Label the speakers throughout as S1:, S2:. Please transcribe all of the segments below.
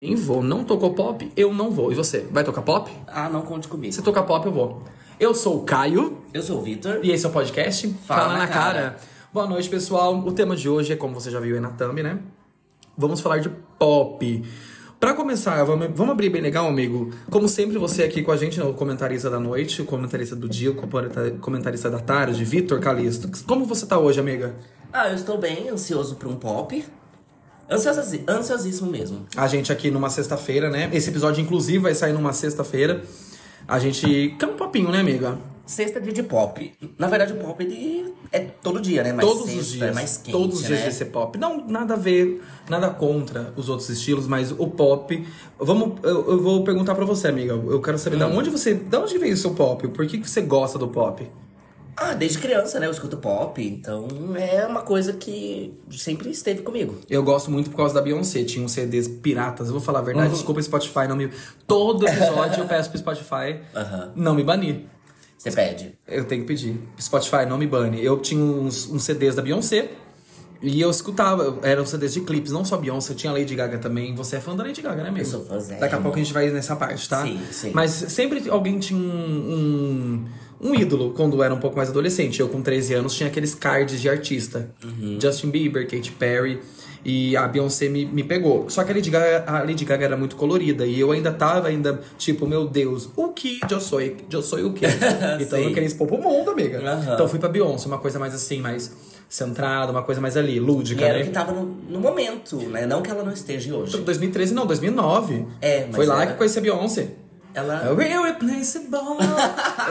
S1: Nem vou, não tocou pop, eu não vou. E você, vai tocar pop?
S2: Ah, não conte comigo.
S1: Se tocar pop, eu vou. Eu sou o Caio,
S2: Eu sou o Vitor.
S1: e esse é o podcast Fala,
S2: Fala
S1: na,
S2: na
S1: cara.
S2: Cara.
S1: Boa noite, pessoal. O tema de hoje é, como você já viu aí na thumb, né? Vamos falar de pop. Pra começar, vamos, vamos abrir bem legal, amigo? Como sempre, você aqui com a gente, né, o comentarista da noite, o comentarista do dia, o comenta- comentarista da tarde, Vitor Calisto. Como você tá hoje, amiga?
S2: Ah, eu estou bem ansioso por um pop. Ansiososi- Ansiosíssimo mesmo.
S1: A gente aqui numa sexta-feira, né? Esse episódio, inclusive, vai sair numa sexta-feira. A gente... Que é um papinho, né, amiga?
S2: Sexta é dia de pop. Na verdade, o pop ele é todo dia, né? Mas
S1: todos
S2: sexta
S1: os
S2: é
S1: dias.
S2: mais quente,
S1: todos os dias
S2: né?
S1: de ser pop. Não, nada a ver, nada contra os outros estilos, mas o pop. Vamos, eu, eu vou perguntar pra você, amiga. Eu quero saber da
S2: Hum.
S1: onde você, da onde veio o seu pop? Por que, que você gosta do pop?
S2: Ah, desde criança, né? Eu escuto pop, então é uma coisa que sempre esteve comigo.
S1: Eu gosto muito por causa da Beyoncé. Tinha uns CDs piratas. Eu vou falar a
S2: Uhum.
S1: verdade. Desculpa, Spotify, não me. Todo episódio eu peço pro Spotify
S2: Aham.
S1: não me banir.
S2: Você pede.
S1: Eu tenho que pedir. Spotify, não me bane. Eu tinha uns, uns CDs da Beyoncé. E eu escutava, eram CDs de clipes, não só Beyoncé, tinha Lady Gaga também. Você é fã da Lady Gaga, né, mesmo?
S2: sou fãzérrimo.
S1: Daqui a pouco a gente vai nessa parte, tá?
S2: Sim, sim.
S1: Mas sempre alguém tinha um, um, um ídolo quando era um pouco mais adolescente. Eu, com 13 anos, tinha aqueles cards de artista:
S2: Uhum.
S1: Justin Bieber, Katy Perry. E a Beyoncé me, me pegou. Só que a Lady, Gaga, a Lady Gaga era muito colorida. E eu ainda tava, ainda, tipo, meu Deus, o que eu sou? Eu sou o quê? Então eu
S2: Sim.
S1: queria expor pro mundo, amiga.
S2: Aham.
S1: Então eu fui pra Beyoncé, uma coisa mais assim, mais centrada, uma coisa mais ali, lúdica,
S2: E era o que
S1: né?
S2: tava no, no momento, né? Não que ela não esteja hoje.
S1: 2013 não, 2009.
S2: É, mas
S1: Foi lá
S2: era-
S1: que conheci a Beyoncé.
S2: Ela.
S1: Irreplaceable.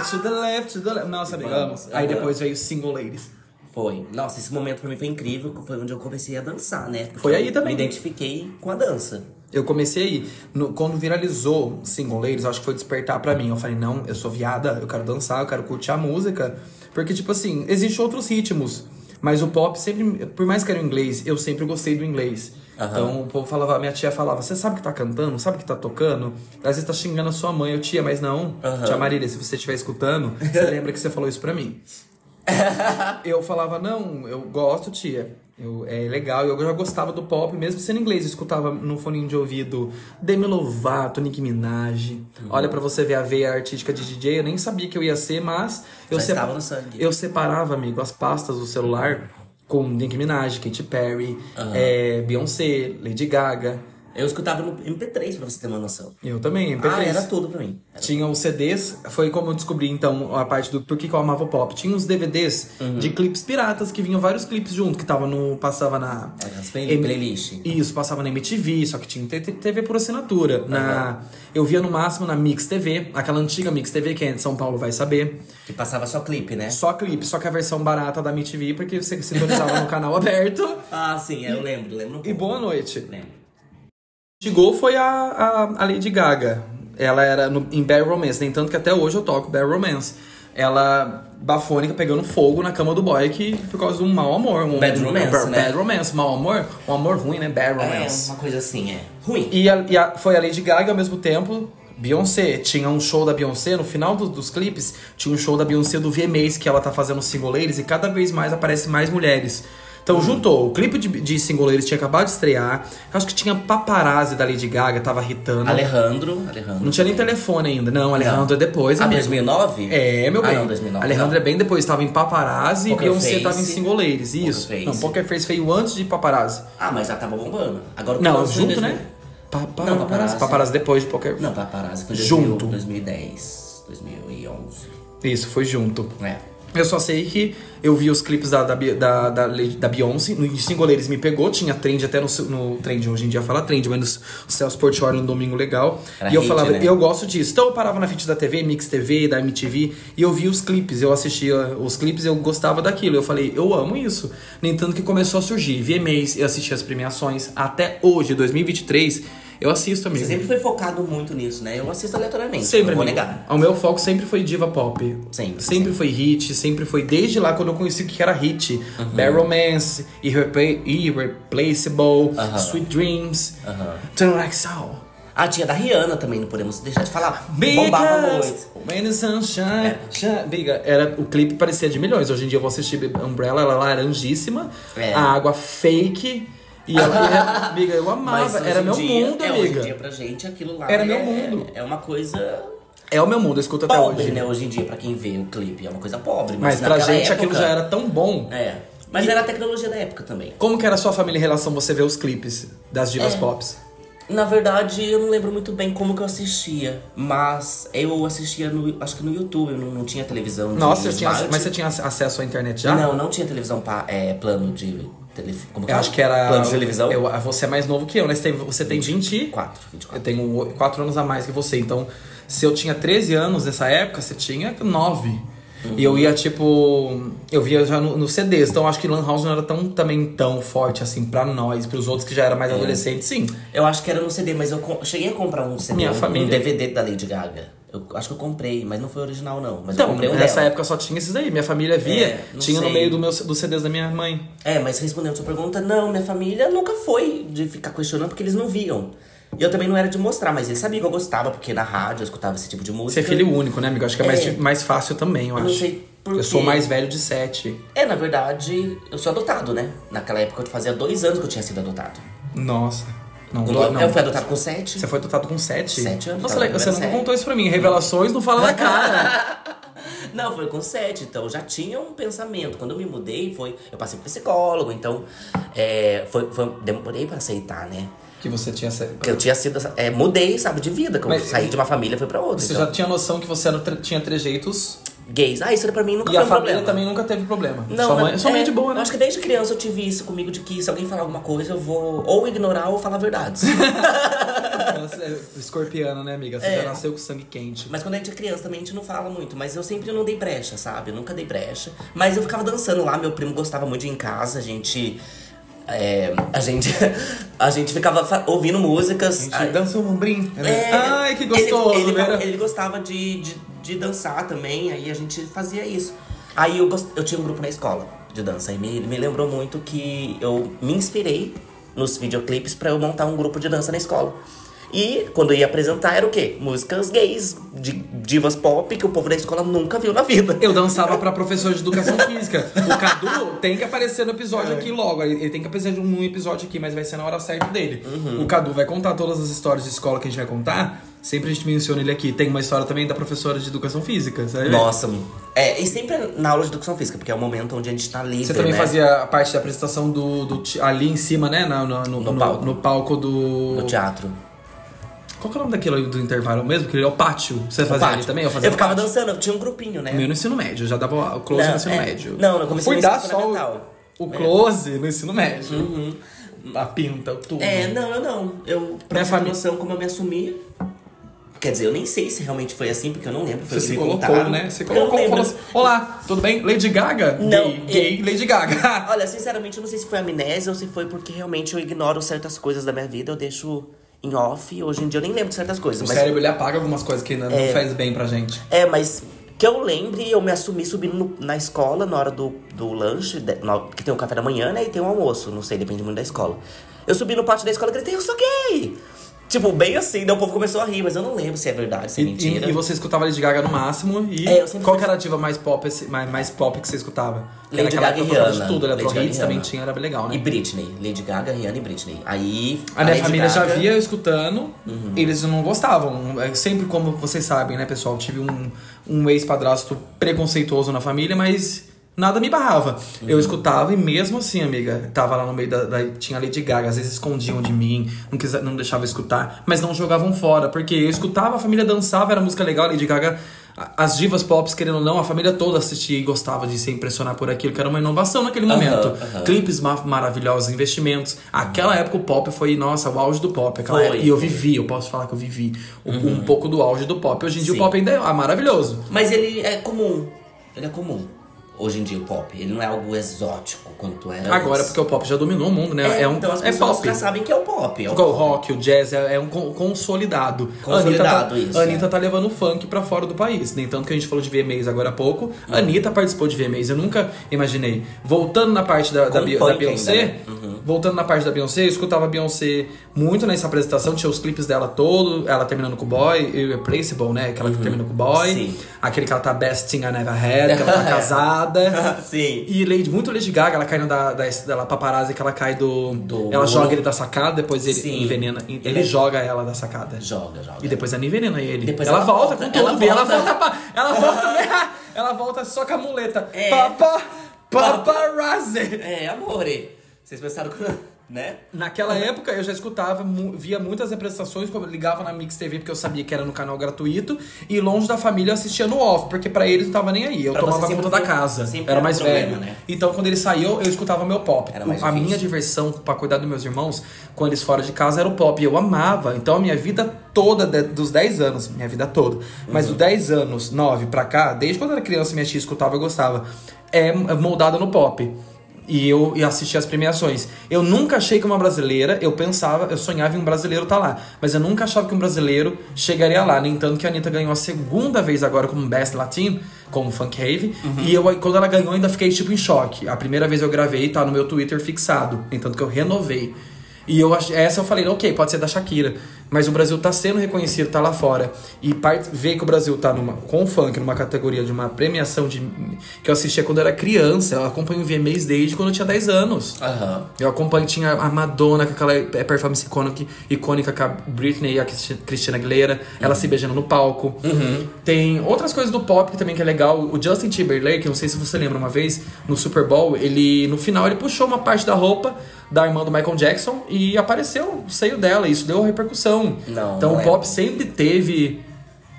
S1: to the left, to the left. Nossa, amiga, amo.
S2: Vamos.
S1: Aí
S2: Aham.
S1: depois veio Single Ladies.
S2: Foi. Nossa, esse momento pra mim foi incrível, que foi onde eu comecei a dançar, né? Porque
S1: Foi aí
S2: eu
S1: também.
S2: Me identifiquei com a dança.
S1: Eu comecei aí, no- quando viralizou Single Ladies, acho que foi despertar pra mim. Eu falei, não, eu sou viada, eu quero dançar, eu quero curtir a música. Porque, tipo assim, existem outros ritmos. Mas o pop sempre, por mais que era o inglês, eu sempre gostei do inglês.
S2: Aham.
S1: Então o povo falava, minha tia falava, você sabe que tá cantando, sabe que tá tocando? Às vezes tá xingando a sua mãe, eu tia, mas não.
S2: Aham.
S1: Tia Marília, se você estiver escutando, você lembra que você falou isso pra mim. Eu falava, não, eu gosto, tia. Eu, é legal, eu já gostava do pop, mesmo sendo inglês. Eu escutava no foninho de ouvido Demi Lovato, Nicki Minaj.
S2: Uhum.
S1: Olha pra você ver a veia artística de DJ. Eu nem sabia que eu ia ser, mas eu,
S2: Já estava no sangue.
S1: eu separava, amigo, as pastas do celular com Nicki Minaj, Katy Perry, é, Beyoncé, Lady Gaga.
S2: Eu escutava no MP3, pra você ter uma noção.
S1: Eu também, MP3.
S2: Ah, era tudo pra mim.
S1: Tinha os CDs, foi como eu descobri então a parte do por que que eu amava o pop. Tinha uns DVDs
S2: Uhum.
S1: de clipes piratas que vinham vários clipes junto, que tava no. passava na.
S2: Era as play-
S1: M-
S2: playlist.
S1: Isso, passava na MTV, só que tinha T- T- TV por assinatura. Na, eu via no máximo na Mix TV, aquela antiga Mix TV, quem é de São Paulo vai saber.
S2: Que passava só clipe, né?
S1: Só clipe, só que a versão barata da MTV, porque você sintonizava no canal aberto.
S2: Ah, sim,
S1: é,
S2: eu lembro, lembro um
S1: E
S2: pouco.
S1: boa noite.
S2: Lembro.
S1: Chegou foi a, a, a Lady Gaga. Ela era no, em Bad Romance, nem tanto que até hoje eu toco Bad Romance. Ela, bafônica, pegando fogo na cama do boy que, por causa de um mau amor. Um,
S2: Bad romance,
S1: um-
S2: né?
S1: Bad romance, mau amor. Um amor ruim, né? Bad
S2: É,
S1: romance.
S2: uma coisa assim, é. Ruim.
S1: E, a- e a- foi a Lady Gaga ao mesmo tempo. Beyoncé, tinha um show da Beyoncé, no final do- dos clipes, tinha um show da Beyoncé do VMAs que ela tá fazendo single ladies e cada vez mais aparecem mais mulheres. Então juntou, o clipe de, de single ladies tinha acabado de estrear, acho que tinha paparazzi da Lady Gaga, tava irritando.
S2: Alejandro,
S1: Não
S2: Alejandro.
S1: tinha nem telefone ainda. Não, Alejandro é depois,
S2: Ah,
S1: amigo.
S2: 2009?
S1: É, meu
S2: ah,
S1: bem.
S2: não, 2009.
S1: Alejandro
S2: não.
S1: é bem depois, tava em paparazzi
S2: Poker
S1: e Beyoncé
S2: Face.
S1: tava em single ladies, isso.
S2: Face.
S1: Não, Poker Face veio antes de paparazzi.
S2: Ah, mas já tava bombando. Agora o
S1: é- Não,
S2: Paparazzi foi em
S1: junto,
S2: 2000.
S1: né? Paparazzi.
S2: Não,
S1: paparazzi.
S2: Paparazzi.
S1: depois de Poker
S2: Não, paparazzi foi em
S1: Junto.
S2: 2000, 2010, 2011.
S1: Isso, foi junto.
S2: É.
S1: Eu só sei que eu vi os clipes da, da, Bi- da, da, Lady- da Beyoncé, no Singoleiros me pegou, tinha trend até no, seu- no trend, hoje em dia fala trend, mas no C- Celso Portioli no Domingo Legal.
S2: Era
S1: e eu
S2: hit,
S1: falava,
S2: né?
S1: eu gosto disso. Então eu parava na frente da TV, Mix TV, da MTV, e eu via os clipes, eu assistia os clipes, eu gostava daquilo. Eu falei, eu amo isso. Nem tanto que começou a surgir VMAs, eu assisti as premiações, até hoje, 2023, eu assisto, amigo.
S2: Você sempre foi focado muito nisso, né? Eu assisto aleatoriamente.
S1: Sempre,
S2: não vou
S1: amigo.
S2: negar.
S1: O meu foco sempre foi diva pop.
S2: Sempre,
S1: Sempre
S2: sempre.
S1: foi hit, sempre foi desde lá quando eu conheci o que era hit.
S2: Uhum.
S1: Bad Romance, Irrepla- Irreplaceable, Sweet Dreams, Turn Like Soul.
S2: Ah, tinha da Rihanna também, não podemos deixar de falar. Bombava
S1: Because
S2: muito. É.
S1: when the sunshine, shine- Biga, era o clipe parecia de milhões. Hoje em dia eu vou assistir Umbrella, ela é laranjíssima,
S2: É.
S1: a água fake. E ela, e ela- amiga, eu
S2: Mas
S1: amava.
S2: hoje
S1: Era
S2: em
S1: meu
S2: dia-
S1: mundo,
S2: é, Hoje em dia
S1: amiga.
S2: pra gente aquilo lá
S1: Era
S2: é,
S1: meu mundo.
S2: é uma coisa
S1: É o meu mundo, eu escuto até
S2: pobre,
S1: hoje.
S2: né? Hoje em dia pra quem vê o clipe é uma coisa pobre.
S1: Mas
S2: Mas,
S1: pra
S2: naquela
S1: gente
S2: época,
S1: aquilo já era tão bom.
S2: É. Mas era a tecnologia da época também.
S1: Como que era a sua família em relação a você ver os clipes das divas pops?
S2: Na verdade, eu não lembro muito bem como que eu assistia, mas eu assistia no, acho que no YouTube, eu não, não tinha televisão. de
S1: Nossa, você tinha-
S2: smart.
S1: mas você tinha acesso à internet já?
S2: Não, não tinha televisão pa, é, plano de telefone. Como
S1: Eu acho
S2: fala?
S1: que era.
S2: Plano de televisão?
S1: Eu, você é mais novo que eu, né? Você tem, você tem 20.
S2: 4,
S1: Eu
S2: 24.
S1: tenho 4 anos a mais que você. Então, se eu tinha 13 anos nessa época, você tinha 9. E
S2: Uhum.
S1: eu ia, tipo. Eu via já no, no CDs. Então, acho que Lan House não era tão, também tão forte assim pra nós. Pros outros que já
S2: É.
S1: eram mais adolescentes, sim.
S2: Eu acho que era no CD, mas eu com- cheguei a comprar um CD,
S1: Minha
S2: um,
S1: família.
S2: um DVD da Lady Gaga. Eu acho que eu comprei, mas não foi original não, mas eu
S1: Então,
S2: comprei um
S1: nessa
S2: dela.
S1: época só tinha esses aí. Minha família via,
S2: É, não
S1: tinha no
S2: sei.
S1: meio do meu, dos CDs da minha mãe.
S2: É, mas respondendo sua pergunta, não, minha família nunca foi de ficar questionando porque eles não viam. E eu também não era de mostrar, mas eles sabiam que eu gostava, porque na rádio eu escutava esse tipo de
S1: Você
S2: música.
S1: é filho único, né, amigo? Acho que é, Mais,
S2: É.
S1: di- mais fácil também, eu
S2: Eu
S1: acho.
S2: não sei por
S1: eu sou
S2: quê.
S1: mais velho de 7.
S2: É, na verdade, eu sou adotado, né? Naquela época eu fazia dois anos que eu tinha sido adotado.
S1: Nossa. Não,
S2: Com
S1: dói,
S2: dois-
S1: não.
S2: Eu fui adotado com sete.
S1: Você foi adotado com 7?
S2: Sete anos,
S1: Nossa,
S2: tava
S1: Leca,
S2: na
S1: você nunca
S2: série.
S1: contou isso pra mim. Revelações não fala na cara.
S2: Não, foi com sete, então eu já tinha um pensamento. Quando eu me mudei, foi. Eu passei pro psicólogo, então. É, foi, foi- demorei pra aceitar, né?
S1: que você tinha. se-
S2: Porque eu tinha sido. é, mudei, sabe, de vida. Que eu
S1: Mas-
S2: saí de uma família e fui pra outra.
S1: Você
S2: então.
S1: já tinha noção que você era, tre- tinha trejeitos.
S2: Gays. Ah, isso pra mim nunca
S1: E
S2: foi
S1: a
S2: um
S1: família
S2: problema.
S1: também nunca teve problema.
S2: Não,
S1: sua
S2: mas-
S1: mãe, sua mãe é de boa, né?
S2: eu Acho que desde criança eu tive isso comigo de que se alguém falar alguma coisa, eu vou ou ignorar ou falar verdades.
S1: Você é Escorpiana, né, amiga? Você já
S2: É.
S1: nasceu com sangue quente.
S2: mas quando a gente é criança também a gente não fala muito. Mas eu sempre não dei brecha, sabe? Eu nunca dei brecha. Mas eu ficava dançando lá, meu primo gostava muito de ir em casa, a gente. é, a gente. A gente ficava fa- ouvindo músicas.
S1: A
S2: a-
S1: gente dança um ombrim.
S2: é,
S1: Ai, que gostoso,
S2: Ele, ele,
S1: né?
S2: ele gostava de, de, de dançar também, aí a gente fazia isso. Aí eu, gost- eu tinha um grupo na escola de dança, e me, me lembrou muito que eu me inspirei nos videoclipes pra eu montar um grupo de dança na escola. E quando eu ia apresentar era o quê? Músicas gays, de divas pop que o povo da escola nunca viu na vida.
S1: Eu dançava pra professor de educação física. O Cadu tem que aparecer no
S2: É.
S1: episódio aqui logo. Ele ele tem que aparecer um, num episódio aqui, mas vai ser na hora certa dele.
S2: Uhum.
S1: O Cadu vai contar todas as histórias de escola que a gente vai contar. Sempre a gente menciona ele aqui. Tem uma história também da professora de educação física, sabe?
S2: Nossa, é, e sempre na aula de educação física, porque é o momento onde a gente tá livre,
S1: Você também
S2: né?
S1: fazia a parte da apresentação do, do te- ali em cima, né? Na- na- no,
S2: No
S1: no-
S2: palco.
S1: no palco do.
S2: no teatro.
S1: Qual que é o nome daquilo ali do intervalo mesmo? Que ele é o pátio. Você fazia
S2: Pátio.
S1: ali também? Eu fazia. no
S2: ficava
S1: pátio.
S2: dançando, eu tinha um grupinho, né?
S1: Meu no ensino médio, eu já dava o close
S2: Não,
S1: no ensino
S2: é.
S1: médio.
S2: Não, eu comecei
S1: Fui
S2: no
S1: dar
S2: ensino
S1: só o,
S2: fundamental.
S1: o close no ensino médio. A pinta, o tudo.
S2: Uhum. É, não, eu não. Eu, pra
S1: Minha
S2: você ter
S1: família-
S2: noção como eu me assumi. Quer dizer, eu nem sei se realmente foi assim, porque eu não lembro.
S1: Você
S2: Foi o que
S1: se
S2: me
S1: colocou,
S2: contaram.
S1: né? Você
S2: Eu não
S1: colocou e falou
S2: lembro.
S1: assim: Olá, tudo bem? Lady Gaga?
S2: Não, é.
S1: gay, gay Lady Gaga.
S2: Olha, sinceramente, eu não sei se foi amnésia ou se foi porque realmente eu ignoro certas coisas da minha vida, eu deixo em off. Hoje em dia eu nem lembro de certas coisas.
S1: O
S2: mas
S1: cérebro ele apaga algumas coisas que não não faz bem pra gente.
S2: É, mas que eu lembre, eu me assumi subindo no- na escola na hora do, do lanche, de- na- que tem o café da manhã, né? E tem o almoço, não sei, depende muito da escola. Eu subi no pátio da escola e gritei, eu sou gay! Tipo, bem assim, daí o povo começou a rir, mas eu não lembro se é verdade, se
S1: E,
S2: é mentira.
S1: e- e você escutava Lady Gaga no máximo. E
S2: É, eu sempre
S1: qual que era a diva mais pop, esse- mais, mais pop que você escutava? Porque
S2: Lady
S1: naquela
S2: Gaga e
S1: época eu tocava de
S2: Rihanna.
S1: tudo, Electro
S2: Lady Gaga e
S1: Hits também
S2: Rihanna.
S1: tinha, era bem legal,
S2: E
S1: né?
S2: Britney, Lady Gaga, Rihanna e Britney. Aí.
S1: A minha
S2: Lady
S1: família já
S2: Gaga-
S1: via eu escutando,
S2: Uhum.
S1: eles não gostavam. É Sempre, como vocês sabem, né, pessoal? eu Tive um, um ex-padrasto preconceituoso na família, mas nada me barrava.
S2: Uhum.
S1: Eu escutava e mesmo assim, amiga, tava lá no meio da. da- tinha Lady Gaga, às vezes escondiam de mim, não, quisa, não deixava eu escutar, mas não jogavam fora, porque eu escutava, a família dançava, era música legal, Lady Gaga. a- As divas pop, querendo ou não, a família toda assistia e gostava de se impressionar por aquilo, que era uma inovação naquele
S2: Aham,
S1: momento.
S2: aham.
S1: Clipes ma- maravilhosos, investimentos. Aquela época o pop foi, nossa, o auge do pop. Aquela
S2: Foi. Uhum.
S1: época. E eu vivi, eu posso falar que eu vivi o- um pouco do auge do pop. Hoje em dia
S2: Sim.
S1: o pop ainda é ah, maravilhoso.
S2: Mas ele é comum. Ele é comum. Hoje em dia, o pop. Ele não é algo exótico quanto era.
S1: Agora,
S2: antes.
S1: porque o pop já dominou o mundo, né? É, um,
S2: É então as
S1: é
S2: pessoas
S1: pop.
S2: já sabem que é o pop. É o
S1: Igual o rock, o jazz, é, é um con- consolidado.
S2: Consolidado,
S1: Anitta
S2: isso,
S1: tá, Anitta
S2: é.
S1: tá levando o funk pra fora do país. Nem tanto que a gente falou de VMAs agora há pouco.
S2: Uhum.
S1: Anitta participou de VMAs, eu nunca imaginei. Voltando na parte da, da,
S2: Com
S1: Bi- da
S2: funk
S1: Beyoncé,
S2: ainda, né? Uhum.
S1: voltando na parte da Beyoncé, eu escutava a Beyoncé muito nessa apresentação, tinha os clipes dela todo, ela terminando com o boy, Irreplaceable, né? Aquela que termina com o boy.
S2: Uhum. Sim.
S1: Aquele que ela tá best thing I never had, que ela tá casada.
S2: Sim.
S1: E Lady, muito Lady Gaga, ela caindo da, da, da paparazzi, que ela cai do.
S2: Do-
S1: ela joga ele da sacada, depois ele
S2: Sim.
S1: envenena. Ele,
S2: Ele-
S1: joga ela da sacada.
S2: Joga, joga.
S1: E depois ela envenena ele.
S2: Depois
S1: ela,
S2: ela
S1: volta,
S2: volta,
S1: com tudo,
S2: ela
S1: Bia, ela
S2: volta.
S1: volta. pa- Ela volta, ela volta só com a muleta.
S2: É.
S1: Papa, paparazzi.
S2: É, amore. Vocês pensaram que. Né?
S1: Naquela época eu já escutava, mu- via muitas apresentações, como eu ligava na Mix TV porque eu sabia que era no canal gratuito, e longe da família eu assistia no off, porque pra eles não tava nem aí. Eu
S2: Pra
S1: tomava
S2: você sempre
S1: conta da
S2: foi-
S1: casa,
S2: sempre
S1: era
S2: era
S1: mais
S2: um problema,
S1: velho.
S2: né?
S1: Então quando ele saiu, eu escutava meu pop.
S2: Era mais
S1: a
S2: difícil.
S1: minha diversão pra cuidar dos meus irmãos, quando eles fora de casa, era o pop. E eu amava. Então a minha vida toda, de- dos 10 anos, minha vida toda, mas
S2: Uhum.
S1: dos 10 anos, 9 pra cá, desde quando eu era criança, minha tia escutava, eu gostava, é moldada no pop. E eu e assisti as premiações. Eu nunca achei que uma brasileira, eu pensava, eu sonhava em um brasileiro estar lá. Mas eu nunca achava que um brasileiro chegaria lá. No entanto, que a Anitta ganhou a segunda vez agora como Best Latin, como Funk Rave. E eu, quando ela ganhou, ainda fiquei tipo em choque. A primeira vez eu gravei, tá no meu Twitter fixado. No entanto, que eu renovei. E eu ach- essa eu falei, ok, pode ser da Shakira. Mas o Brasil tá sendo reconhecido, tá lá fora. E part- ver que o Brasil tá numa, com o funk, numa categoria de uma premiação de, que eu assistia quando eu era criança. Eu acompanho o VMAs desde quando eu tinha 10 anos.
S2: Aham.
S1: Eu acompanho, tinha a Madonna com aquela é, performance icônica, icônica com a Britney e a Cristi- Christina Aguilera, ela
S2: Uhum.
S1: se beijando no palco. Tem outras coisas do pop que também que é legal. O Justin Timberlake, não sei se você lembra uma vez, no Super Bowl, ele no final ele puxou uma parte da roupa da irmã do Michael Jackson e apareceu o seio dela, e isso deu repercussão.
S2: Não,
S1: então
S2: não
S1: o pop
S2: lembro.
S1: sempre teve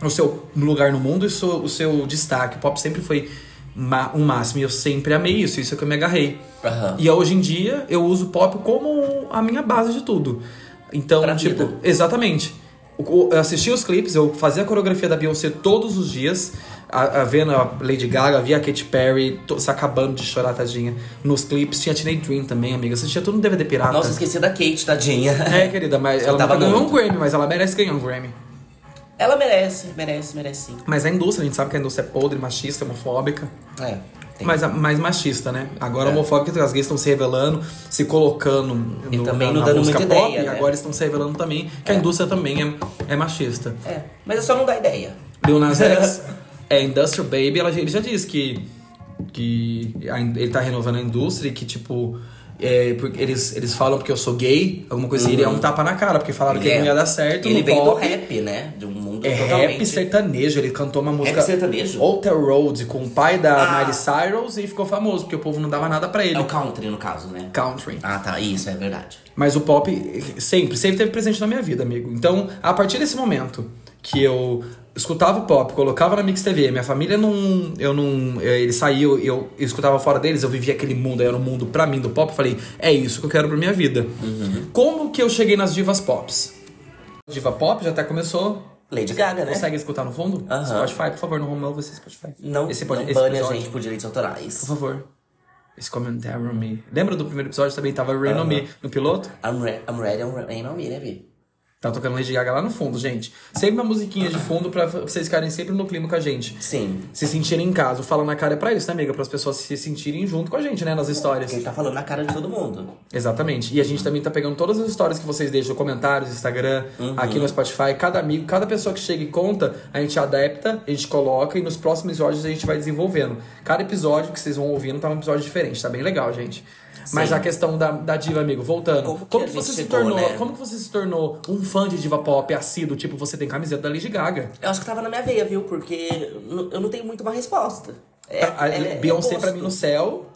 S1: o seu lugar no mundo e o seu, o seu destaque. O pop sempre foi ma- o máximo e eu sempre amei isso, isso é que eu me agarrei.
S2: Aham.
S1: E hoje em dia eu uso o pop como a minha base de tudo. Então,
S2: Pra
S1: tipo,
S2: vida.
S1: exatamente. O- o- Eu assistia os clipes, eu fazia a coreografia da Beyoncé todos os dias, a, a- vendo a Lady Gaga, via a Katy Perry to- se acabando de chorar, tadinha. Nos clipes tinha Teenage Dream também, amiga. Assistia tudo no DVD pirata.
S2: Nossa, esqueci da Kate, tadinha.
S1: é, querida, mas ela
S2: Tava
S1: nunca ganhou um
S2: muito.
S1: Grammy, mas ela merece ganhar um Grammy.
S2: Ela merece, merece, merece sim.
S1: Mas a indústria, a gente sabe que a indústria é podre, machista, homofóbica.
S2: É. tem-
S1: Mas a- mais machista, né? Agora
S2: É.
S1: homofóbica, as gays estão se revelando, se colocando
S2: E
S1: no,
S2: também
S1: na,
S2: não
S1: na
S2: dando
S1: música
S2: muita
S1: pop,
S2: ideia,
S1: e
S2: né?
S1: agora estão se revelando também que a indústria também é, é machista.
S2: É. Mas é só não dar ideia.
S1: Lil Nas X, é Industrial Baby, ela, ele já diz que, que a in- ele tá renovando a indústria e que, tipo, é, porque eles, eles falam porque eu sou gay, alguma coisa assim, ele é um tapa na cara, porque falaram que ele não ia dar certo
S2: Uhum. Ele
S1: no
S2: veio
S1: pop.
S2: do rap, né? De um mundo
S1: É
S2: totalmente...
S1: rap sertanejo, ele cantou uma música.
S2: sertanejo?
S1: Outer Road com o pai da
S2: Ah.
S1: Miley Cyrus e ficou famoso, porque o povo não dava nada pra ele.
S2: É o country, no caso, né?
S1: Country.
S2: Ah, tá. Isso, é verdade.
S1: Mas o pop eh, sempre, sempre teve presente na minha vida, amigo. Então, a partir desse momento que eu escutava o pop, colocava na Mix TV, minha família não. Eu não. eh, Ele saiu, eu, eu escutava fora deles, eu vivia aquele mundo, era o mundo pra mim do pop, eu falei, é isso que eu quero pra minha vida. Como que eu cheguei nas divas pops? Diva pop já até começou.
S2: Lady Gaga, né?
S1: Consegue escutar no fundo?
S2: Aham.
S1: Spotify, por favor, não remove você Spotify.
S2: Não,
S1: esse pode,
S2: não
S1: esse
S2: bane a
S1: episódio,
S2: gente por direitos autorais.
S1: Por favor. Esse comentário on me. Lembra do primeiro episódio também tava Rain on Me no piloto?
S2: I'm, re I'm ready, I'm ready, on me, né, Bi?
S1: Tá tocando Lady Gaga lá no fundo, gente. Sempre uma musiquinha de fundo pra vocês ficarem sempre no clima com a gente.
S2: Sim.
S1: Se sentirem em casa. O Fala na Cara é pra isso, né, amiga? Para as pessoas se sentirem junto com a gente, né, nas histórias.
S2: Ele tá falando na cara de todo mundo.
S1: Exatamente. E a gente também tá pegando todas as histórias que vocês deixam, comentários, Instagram,
S2: Uhum.
S1: aqui no Spotify. Cada amigo, cada pessoa que chega e conta, a gente adapta, a gente coloca e nos próximos episódios a gente vai desenvolvendo. Cada episódio que vocês vão ouvindo tá um episódio diferente, tá bem legal, gente. Mas
S2: Sim.
S1: a questão da, da diva, amigo, voltando.
S2: Como que
S1: Como,
S2: a
S1: que
S2: gente
S1: você
S2: chegou,
S1: se tornou?
S2: né?
S1: Como que você se tornou um fã de diva pop assíduo? Tipo, você tem camiseta da Lady Gaga.
S2: Eu acho que tava na minha veia, viu? Porque n- eu não tenho muito uma resposta. É,
S1: Ah, A- a
S2: é- é
S1: Beyoncé
S2: gosto.
S1: pra mim no céu.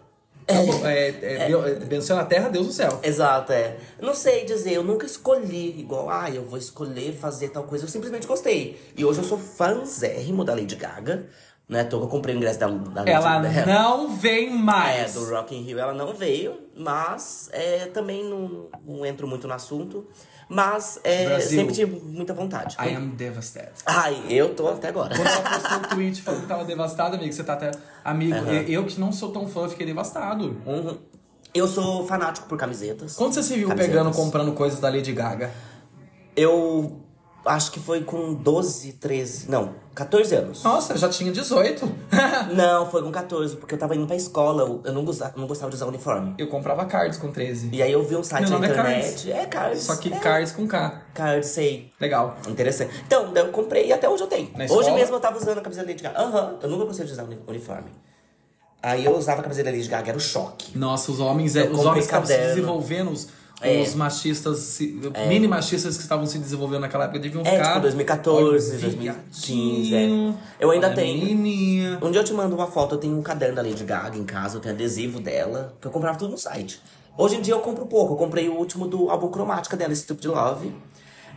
S1: Acabou. É, é, Beyon- Beyoncé na terra, Deus no céu.
S2: Exato, é. Não sei dizer, eu nunca escolhi igual, ah, eu vou escolher fazer tal coisa, eu simplesmente gostei. E hoje eu sou fãzérrimo da Lady Gaga, né? Tô, eu comprei o ingresso da, da
S1: Ela
S2: Lady Gaga.
S1: não vem
S2: É,
S1: mais.
S2: do Rock in Rio ela não veio, mas é, também não, não entro muito no assunto. Mas é,
S1: Brasil.
S2: sempre tive muita vontade.
S1: I am devastated.
S2: Ai, eu tô até agora.
S1: Quando ela postou um tweet falando que tava devastada, amigo, você tá até. Amigo, eu, eu que não sou tão fã, fiquei devastado.
S2: Uhum. Eu sou fanático por camisetas.
S1: Quando você se viu
S2: Camisetas.
S1: pegando, comprando coisas da Lady Gaga?
S2: Eu acho que foi com 12, 13. Não, 14 anos.
S1: Nossa, já tinha 18.
S2: Não, foi com 14, porque eu tava indo pra escola, eu- eu não, gostava, não gostava de usar uniforme.
S1: eu comprava cards com 13.
S2: E aí eu vi um site
S1: Meu nome
S2: na
S1: é
S2: internet. É cards.
S1: Só que
S2: é,
S1: cards com K.
S2: cards, sei.
S1: Legal.
S2: Interessante. Então, daí eu comprei e até hoje eu tenho.
S1: Na
S2: hoje
S1: escola?
S2: mesmo eu tava usando a camiseta da Lady Gaga. Aham, eu nunca gostei de usar uni- uniforme. Aí eu usava a camiseta da Lady Gaga, era o choque.
S1: Nossa, os homens, é,
S2: Eu
S1: os
S2: comprei
S1: homens estavam se
S2: caderno.
S1: desenvolvendo, os,
S2: É.
S1: os machistas, se- mini machistas que estavam se desenvolvendo naquela época deviam
S2: É,
S1: ficar.
S2: tipo, 2014,
S1: olha,
S2: 2015,
S1: viadinho,
S2: é. Eu ainda
S1: olha,
S2: tenho.
S1: Menininha.
S2: Um dia eu te mando uma foto, eu tenho um caderno da Lady Gaga em casa, eu tenho adesivo dela, que eu comprava tudo no site. Hoje em dia eu compro pouco, eu comprei o último do álbum cromática dela, Stupid Love.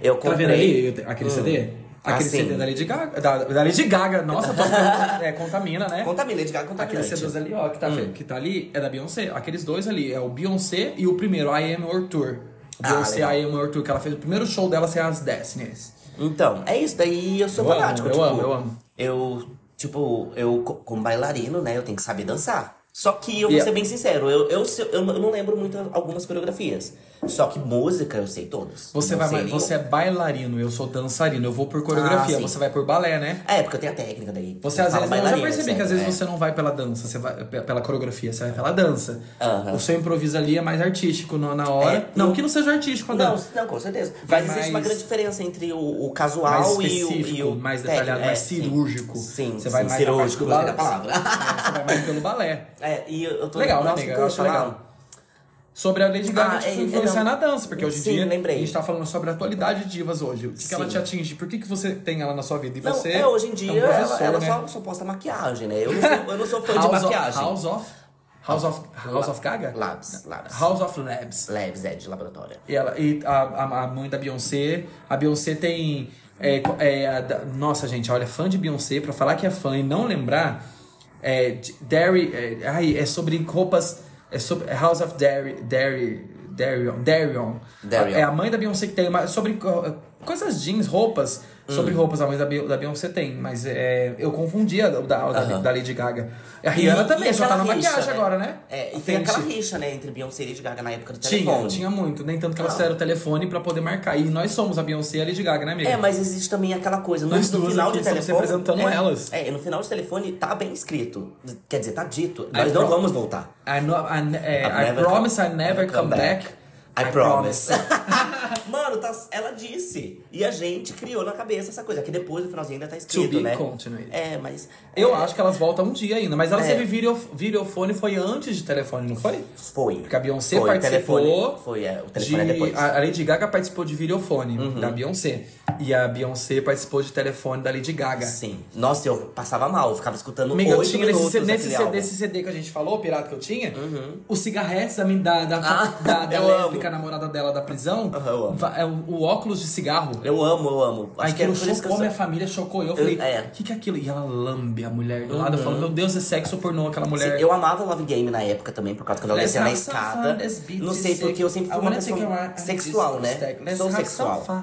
S2: Eu
S1: Tá vendo
S2: comprei. Ah. Hum.
S1: aí eu- aquele CD? Aquele
S2: Assim.
S1: CD da Lady Gaga. Da, da Lady Gaga, nossa, tô falando, é, contamina, né?
S2: Conta Hum. Lady Gaga, conta
S1: Aqueles CDs ali, ó, que tá, que tá ali, é da Beyoncé. Aqueles dois ali, é o Beyoncé e o primeiro, I Am Your Tour. O
S2: Ah,
S1: Beyoncé
S2: legal.
S1: I Am Your Tour, que ela fez o primeiro show dela ser as Destinies.
S2: Então, é isso. Daí eu sou
S1: Eu amo,
S2: fanático.
S1: eu
S2: tipo,
S1: amo, eu amo.
S2: Eu, tipo, eu, co- como bailarino, né, eu tenho que saber dançar. Só que eu vou
S1: Yeah.
S2: ser bem sincero, eu, eu, se- eu não lembro muito algumas coreografias. Só que música eu sei todas.
S1: Você,
S2: Não
S1: vai,
S2: sei
S1: mais-
S2: nenhuma.
S1: você é bailarino, eu sou dançarino, eu vou por coreografia,
S2: Ah, sim.
S1: você vai por balé, né?
S2: É, porque eu tenho a técnica daí.
S1: Você às vezes. Eu já percebi que às vezes
S2: você é.
S1: você não vai pela dança, você vai pe- pela coreografia, você vai pela dança.
S2: Aham.
S1: O seu improviso ali é mais artístico na na hora.
S2: É.
S1: Não que não seja artístico a
S2: Não,
S1: dança.
S2: não, com certeza.
S1: Vai
S2: Mas existe
S1: mais-
S2: uma grande diferença entre o, o
S1: Mais
S2: casual e o, e
S1: específico,
S2: o.
S1: mais
S2: técnico,
S1: detalhado,
S2: é,
S1: mais
S2: sim.
S1: cirúrgico.
S2: Sim,
S1: você
S2: sim,
S1: vai mais
S2: cirúrgico,
S1: na parte
S2: gostei
S1: do
S2: da
S1: balé.
S2: palavra.
S1: É, Você vai mais pelo balé.
S2: É, e eu tô
S1: Legal, né,
S2: nossa,
S1: amiga? Eu acho
S2: poxa,
S1: legal. Sobre a Lady Gaga,
S2: Ah,
S1: tipo,
S2: é,
S1: influenciar
S2: é, não.
S1: na dança, porque hoje em
S2: Sim,
S1: dia
S2: lembrei.
S1: a gente tá falando sobre a atualidade de divas hoje. O que, que ela
S2: Sim.
S1: te atinge? Por que, que você tem ela na sua vida? E
S2: Não,
S1: você.
S2: é, hoje em dia
S1: é um
S2: ela,
S1: professor,
S2: ela
S1: né?
S2: só, só posta maquiagem, né? Eu não sou, eu não sou fã de
S1: House
S2: maquiagem.
S1: Of, House of. House of. House of Gaga?
S2: Labs, Labs.
S1: House of Labs.
S2: Labs, é, de laboratório.
S1: E, ela, e a, a, a mãe da Beyoncé. A Beyoncé tem. é, co- é, a da- nossa, gente, olha, fã de Beyoncé, pra falar que é fã e não lembrar. É, de- Dairy. É, ai, é sobre roupas. É sobre é House of Dairy. Dairy. Darion. Darion.
S2: Darion.
S1: É a mãe da Beyoncé que tem. Mas sobre co- coisas jeans, roupas. Sobre
S2: Hum.
S1: roupas a mãe da, Be- da Beyoncé tem. Mas é, eu confundi a da, da,
S2: Aham.
S1: da Lady Gaga. A Rihanna
S2: E-
S1: também,
S2: e
S1: só tá
S2: aquela
S1: na
S2: rixa,
S1: maquiagem agora, né?
S2: É, e tem
S1: Frente.
S2: aquela rixa, né, entre Beyoncé e Lady Gaga na época do
S1: Tinha,
S2: telefone. Ah.
S1: tinha muito. Nem tanto que elas
S2: Não.
S1: fizeram o telefone pra poder marcar. E nós somos a Beyoncé e a Lady Gaga, né, amiga?
S2: É, mas existe também aquela coisa, no,
S1: Nós
S2: no
S1: duas
S2: final
S1: aqui
S2: de
S1: estamos
S2: telefone...
S1: representando
S2: é,
S1: elas.
S2: É, no final de telefone tá bem escrito. Quer dizer, tá dito.
S1: Aí
S2: Nós não
S1: pronto.
S2: vamos voltar.
S1: I, no, I, ne- é,
S2: I've
S1: I
S2: never
S1: promise
S2: come-
S1: I never come, back.
S2: I promise. Mano, tá, ela disse. E a gente criou na cabeça essa coisa. Que depois no finalzinho ainda tá escrito,
S1: be
S2: né?
S1: continued.
S2: É, mas.
S1: Eu
S2: é,
S1: acho que elas voltam um dia ainda. Mas elas
S2: É.
S1: teve video, videofone foi antes de telefone, não foi?
S2: Foi.
S1: Porque a Beyoncé
S2: Foi, o
S1: participou.
S2: telefone- foi, é, o telefone é
S1: de-
S2: depois. Uhum.
S1: A a Lady Gaga participou de videofone da Beyoncé. E a Beyoncé participou de telefone da Lady Gaga.
S2: Sim. Nossa, eu passava mal. Eu ficava escutando
S1: Amiga, eu
S2: oito
S1: tinha
S2: minutos
S1: nesse, nesse
S2: aquele álbum. Uhum.
S1: CD, nesse CD que a gente falou, o pirata que eu tinha, os cigarretes da, minha- da, da,
S2: Ah,
S1: da, da
S2: eu
S1: lésbica namorada dela da prisão,
S2: Aham, eu amo.
S1: va- é o, o óculos de cigarro.
S2: Eu amo, eu amo. Acho
S1: Aí
S2: que é
S1: aquilo
S2: por isso que eu
S1: chocou
S2: sou...
S1: minha família, chocou eu. Eu falei, o
S2: é. Uhum.
S1: que, que é aquilo? E ela lambe a mulher do lado. Eu falo, meu Deus, é sexo pornô aquela
S2: Sim,
S1: mulher.
S2: eu amava Love Game na época também, por causa que eu
S1: É. Let's
S2: descia na
S1: have some
S2: escada.
S1: fun, let's be
S2: Não sei porque eu sempre fui
S1: I
S2: uma
S1: wanna take you
S2: pessoa
S1: around
S2: sexual,
S1: this
S2: né?
S1: discotheque. Let's
S2: Sou
S1: have some
S2: sexual.
S1: fun.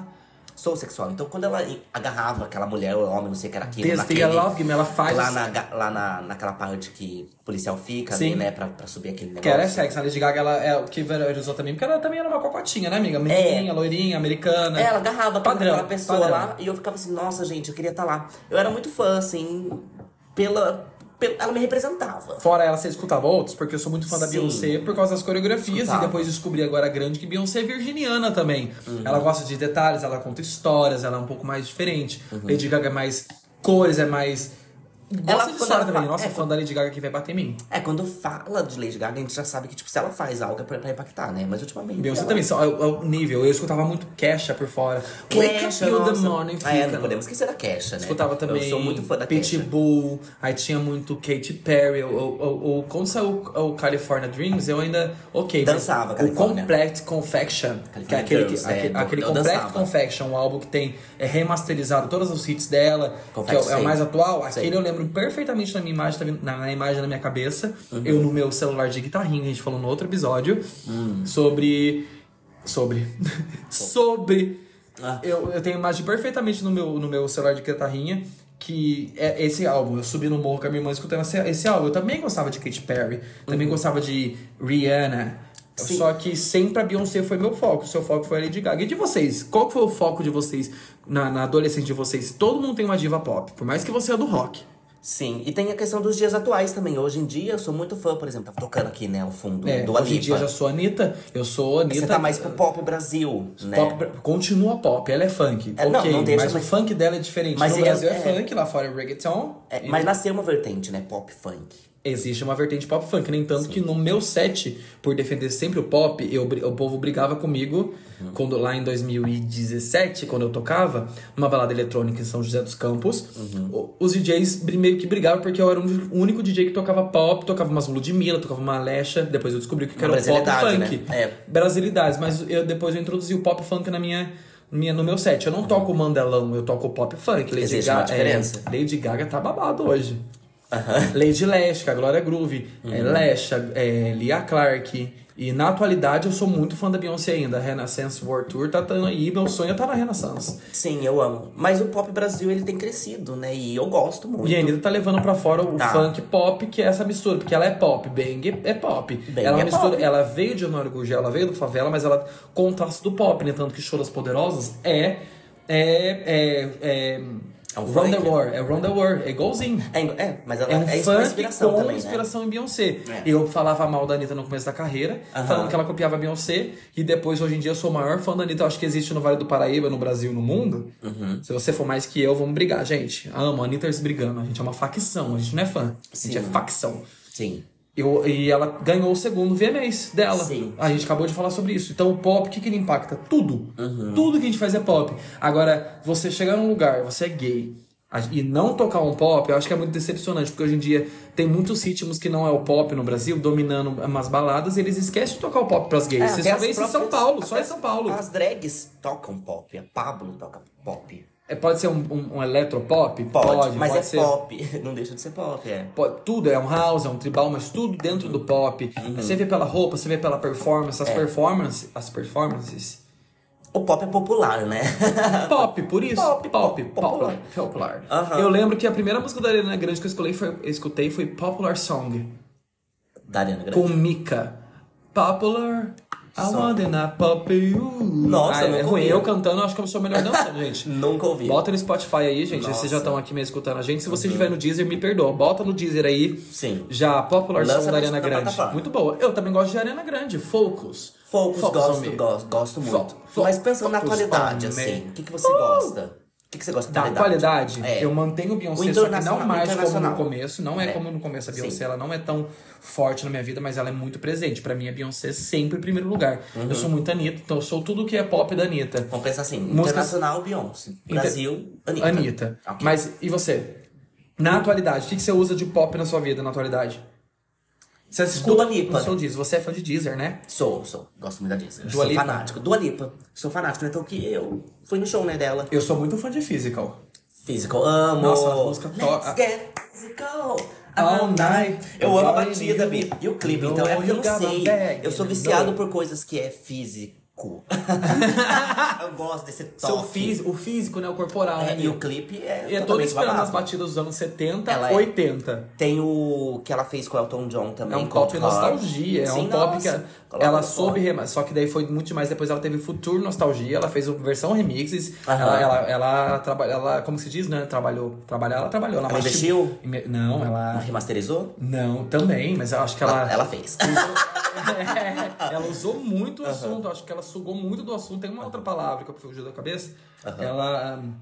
S2: Sou sexual. Então quando ela agarrava aquela mulher ou homem, não sei o que era aquilo.
S1: This
S2: naquele-
S1: thing I love game, ela faz-
S2: Lá, na, ga- lá na, naquela parte que o policial fica,
S1: Sim.
S2: ali, né? Pra, pra subir aquele negócio.
S1: Que era sexo. A Lady Gaga, ela é o que ela usou também, porque ela também era uma cocotinha, né, amiga? Menininha, loirinha, americana.
S2: É, ela agarrava aquela-
S1: né? Padrão,
S2: aquela pessoa
S1: padrão.
S2: lá e eu ficava assim, nossa, gente, eu queria estar lá. Eu era muito fã, assim, pela. pela ela me representava.
S1: Fora ela, você escutava outros, porque eu sou muito fã da
S2: Sim.
S1: Beyoncé por causa das coreografias
S2: Escutava. Uhum.
S1: e depois descobri agora grande que Beyoncé é virginiana também. Ela gosta de detalhes, ela conta histórias, ela é um pouco mais diferente.
S2: Uhum.
S1: Lady Gaga é mais cores, é mais. Gosta
S2: Ela-
S1: de
S2: quando
S1: história
S2: ela
S1: também.
S2: fa-
S1: Nossa,
S2: é,
S1: fã da Lady Gaga que vai bater em mim.
S2: É, quando fala de Lady Gaga, a gente já sabe que, tipo, se ela faz algo é pra, pra impactar, né? Mas ultimamente.
S1: Beyoncé
S2: ela...
S1: também, só, é, o é o nível. Eu escutava muito Kesha por fora. Wake up
S2: Kesha,
S1: till the
S2: nossa.
S1: morning.
S2: Ah, é,
S1: fica.
S2: não podemos esquecer da Kesha, né?
S1: Escutava também
S2: Eu sou muito fã da Kesha.
S1: Pitbull, aí tinha muito Katy Perry, o, o, o, quando saiu o, o California Dreams, eu ainda, ok. mas
S2: Dançava,
S1: O
S2: California.
S1: Complete Confection, que é
S2: California
S1: aquele, que-
S2: Girls,
S1: aquele,
S2: é,
S1: aquele
S2: eu
S1: Complete
S2: dançava.
S1: Confection, um álbum que tem é, remasterizado todos os hits dela,
S2: Confection,
S1: que é, o- é o
S2: sei.
S1: mais atual, aquele
S2: Sei.
S1: eu lembro perfeitamente na minha imagem, tá vindo- na, na imagem na minha cabeça,
S2: Uhum.
S1: eu no meu celular de guitarrinha, a gente falou no outro episódio,
S2: Hum.
S1: sobre... Sobre... sobre...
S2: Ah.
S1: Eu, eu tenho imagem perfeitamente no meu, no meu celular de guitarrinha que é esse álbum. Eu subi no morro
S2: Uhum.
S1: com a minha irmã escutando esse, esse álbum. Eu também gostava de Katy Perry, também gostava de Rihanna.
S2: Sim.
S1: Só que sempre a Beyoncé foi meu foco. Seu foco foi a Lady Gaga. E de vocês? Qual que foi o foco de vocês na, na adolescência de vocês? Todo mundo tem uma diva pop, por mais que você é do rock.
S2: Sim, e tem a questão dos dias atuais também. Hoje em dia eu sou muito fã, por exemplo, tava tocando aqui, né, o fundo
S1: É,
S2: do
S1: hoje em dia eu já
S2: Alipa.
S1: sou Anitta, eu sou Anitta. eh,
S2: Você tá mais pro pop Brasil, né?
S1: Pop, continua pop, ela é funk.
S2: É, não,
S1: ok,
S2: não deixa,
S1: mas
S2: mas-
S1: o funk dela é diferente.
S2: Mas
S1: no
S2: ele é-
S1: Brasil é,
S2: é.
S1: funk, lá fora é reggaeton.
S2: É,
S1: E
S2: mas nasceu uma vertente, né, pop funk.
S1: Existe uma vertente pop funk, nem tanto que no meu set, por defender sempre o pop, eu, bri- o povo brigava comigo
S2: Uhum.
S1: quando lá em 2017, quando eu tocava, numa balada eletrônica em São José dos Campos.
S2: Uhum.
S1: o- Os DJs bri- meio que brigavam porque eu era o único- o único DJ que tocava pop, tocava umas Ludmilla, tocava uma Alexa. Depois eu descobri que
S2: Uma
S1: era o pop
S2: brasilidade,
S1: funk.
S2: né? É.
S1: Brasilidades, mas eu depois eu introduzi o pop funk na minha. Minha, no meu set, eu não toco o mandelão, eu toco o pop funk. Lady
S2: Uhum. Existe uma
S1: Gaga- é,
S2: diferença.
S1: Lady Gaga tá babado hoje. Lady Lash, que a Glória Groove, é,
S2: Uhum.
S1: Lesha, é, Lia Clark. E na atualidade eu sou muito fã da Beyoncé ainda. Renaissance World Tour tá tendo aí, meu sonho é tá na Renaissance.
S2: Sim, eu amo. Mas o pop Brasil, ele tem crescido, né, e eu gosto muito.
S1: E a Anitta tá levando pra fora o
S2: Tá.
S1: funk pop, que é essa mistura, porque ela é pop, bang é pop.
S2: Bang
S1: ela
S2: é
S1: mistura,
S2: pop.
S1: ela veio de Honório Gurgel, ela veio do favela, mas ela contrasta do pop, né? Tanto que Show das Poderosas é. É. É. É.
S2: É um
S1: Round the
S2: funk.
S1: War, é Round the War, é igualzinho.
S2: É, é, mas ela
S1: É um
S2: é isso pra
S1: funk
S2: inspiração
S1: com
S2: também, né?
S1: inspiração em Beyoncé.
S2: É.
S1: Eu falava mal da Anitta no começo da carreira,
S2: Aham.
S1: falando que ela copiava a Beyoncé, e depois, hoje em dia, eu sou o maior fã da Anitta. Eu acho que existe no Vale do Paraíba, no Brasil e no mundo.
S2: Uhum.
S1: Se você for mais que eu, vamos brigar, gente. Amo, a Anitta se brigando. A gente é uma facção, a gente não é fã. A gente
S2: Sim.
S1: é facção.
S2: Sim.
S1: Eu- e ela ganhou o segundo VMAs dela.
S2: Sim.
S1: A gente acabou de falar sobre isso. Então o pop, o que, que ele impacta? Tudo.
S2: Uhum.
S1: Tudo que a gente faz é pop. Agora, você chegar num lugar, você é gay, a- e não tocar um pop, eu acho que é muito decepcionante, porque hoje em dia tem muitos ritmos que não é o pop no Brasil, dominando umas baladas, e eles esquecem de tocar o pop pras gays.
S2: É,
S1: você
S2: até
S1: só
S2: as
S1: vê isso em São
S2: próprias-
S1: Paulo, só
S2: até
S1: em São Paulo.
S2: As drags tocam pop, a Pablo toca pop.
S1: É, pode ser um, um, um eletropop?
S2: Pode, mas
S1: pode
S2: é
S1: ser.
S2: pop. Não deixa de ser pop, é.
S1: Po- Tudo é um house, é um tribal, mas tudo dentro do pop.
S2: Uhum.
S1: Você vê pela roupa, você vê pela performance,
S2: É.
S1: as performances, as performances.
S2: O pop é popular, né?
S1: Pop, por isso.
S2: Pop,
S1: Pop, pop,
S2: popular.
S1: popular. popular. Eu lembro que a primeira música da Ariana Grande que eu escolhi foi- eu escutei foi Popular Song,
S2: da Ariana Grande.
S1: com Mika. Popular, I
S2: Song.
S1: wanna pop you.
S2: Nossa,
S1: Ah,
S2: eu
S1: é
S2: nunca
S1: ruim.
S2: ouvi.
S1: Eu cantando, eu acho que eu sou melhor dançando, gente.
S2: Nunca ouvi.
S1: Bota no Spotify aí, gente.
S2: Nossa. Uhum.
S1: Vocês já estão aqui me escutando a gente. Se você estiver no Deezer, me perdoa. Bota no Deezer aí.
S2: Sim.
S1: Já Popular
S2: Lança
S1: Song da
S2: na-
S1: Ariana
S2: na
S1: Grande.
S2: plataforma.
S1: Muito boa. Eu também gosto de Ariana Grande. Focus.
S2: Focus,
S1: on me.
S2: gosto, gosto, gosto
S1: Fo-
S2: muito.
S1: fo-
S2: mas pensando na
S1: focus
S2: atualidade,
S1: on me. Uh!
S2: assim, o que, que você gosta? O que, que você gosta
S1: Da Tá, qualidade,
S2: É.
S1: eu mantenho o Beyoncé,
S2: O
S1: só que
S2: internacional-
S1: não mais como
S2: internacional.
S1: no começo. Não é,
S2: É.
S1: como no começo a Beyoncé,
S2: Sim.
S1: ela não é tão forte na minha vida, mas ela é muito presente. Pra mim, a Beyoncé é sempre em primeiro lugar.
S2: Uhum.
S1: Eu sou muito Anitta, então eu sou tudo que é pop da Anitta.
S2: Vamos pensar assim,
S1: Músicas-
S2: internacional, Beyoncé. Brasil, Anitta.
S1: Anitta.
S2: Ok.
S1: Mas, e você? Na atualidade, o que que você usa de pop na sua vida, na atualidade? Você escuta
S2: Dua Lipa.
S1: no seu Deezer. Você é fã de Deezer, né?
S2: Sou, sou. Gosto muito da Disney.
S1: Dua
S2: sou
S1: Lipa?
S2: fanático. Dua Lipa. Sou fanático, né? Então que eu fui no show, né, dela.
S1: Eu sou muito fã de Physical.
S2: Physical, amo.
S1: Nossa, a música
S2: Let's
S1: toca-
S2: get physical.
S1: All night.
S2: Eu amo a batida, Bi. E o clipe,
S1: You
S2: então, é
S1: know
S2: porque eu
S1: you
S2: não
S1: got my
S2: sei.
S1: bag,
S2: Eu sou
S1: you
S2: viciado
S1: know.
S2: por coisas que é físico. eu gosto desse
S1: Seu
S2: toque.
S1: fis, o físico, né? O corporal,
S2: É,
S1: né?
S2: e o clipe é.
S1: E é todo
S2: totalmente
S1: esperando
S2: babado.
S1: as batidas dos anos 70,
S2: Ela é-
S1: 80.
S2: Tem o que ela fez com o Elton John também.
S1: É um
S2: com
S1: pop
S2: Hot Hot.
S1: nostalgia, é
S2: Sim,
S1: um pop que
S2: nossa.
S1: ela,
S2: Coloca um
S1: ela
S2: no
S1: soube,
S2: pop.
S1: rema- só que daí foi muito demais, depois ela teve Futuro Nostalgia, ela fez o- versão remixes,
S2: Aham.
S1: ela, ela, ela, traba- ela, como se diz, né, trabalhou, trabalhar, ela trabalhou. Ela
S2: Ela
S1: machi-
S2: investiu?
S1: Me- Não, ela,
S2: Remasterizou?
S1: não, também, mas eu acho que ela...
S2: Ah, Ela, ela fez.
S1: É, ela usou muito o assunto, acho que ela sugou muito do assunto. Tem uma outra palavra que eu fugiu da cabeça. Ela hum,